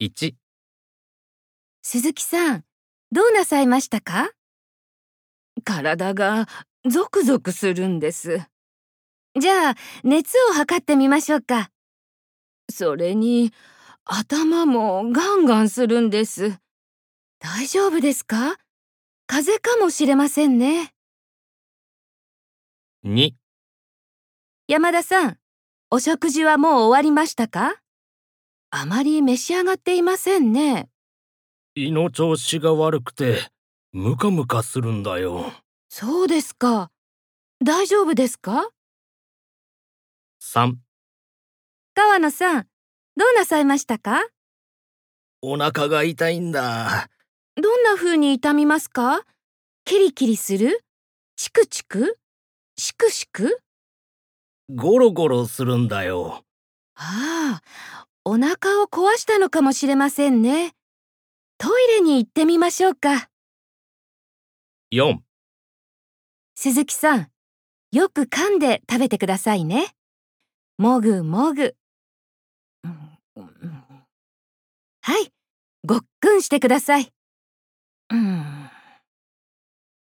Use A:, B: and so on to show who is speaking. A: 1、
B: 鈴木さん、どうなさいましたか体がゾクゾクするんです。じゃあ、熱を測ってみましょうか。それに、頭もガンガンするんです。大丈夫ですか風邪かもしれませんね。
A: 2、
B: 山田さん、お食事はもう終わりましたかあまり召し上がっていませんね。
C: 胃の調子が悪くて、ムカムカするんだよ。
B: そうですか。大丈夫ですか
A: 3、
B: 川野さん、どうなさいましたか
C: お腹が痛いんだ。
B: どんな風に痛みますかキリキリするチクチクシクシク
C: ゴロゴロするんだよ。
B: ああ、お腹を壊したのかもしれませんね。トイレに行ってみましょうか。
A: 4、
B: 鈴木さん、よく噛んで食べてくださいね。もぐもぐ。うんうんはい、ごっくんしてください。うん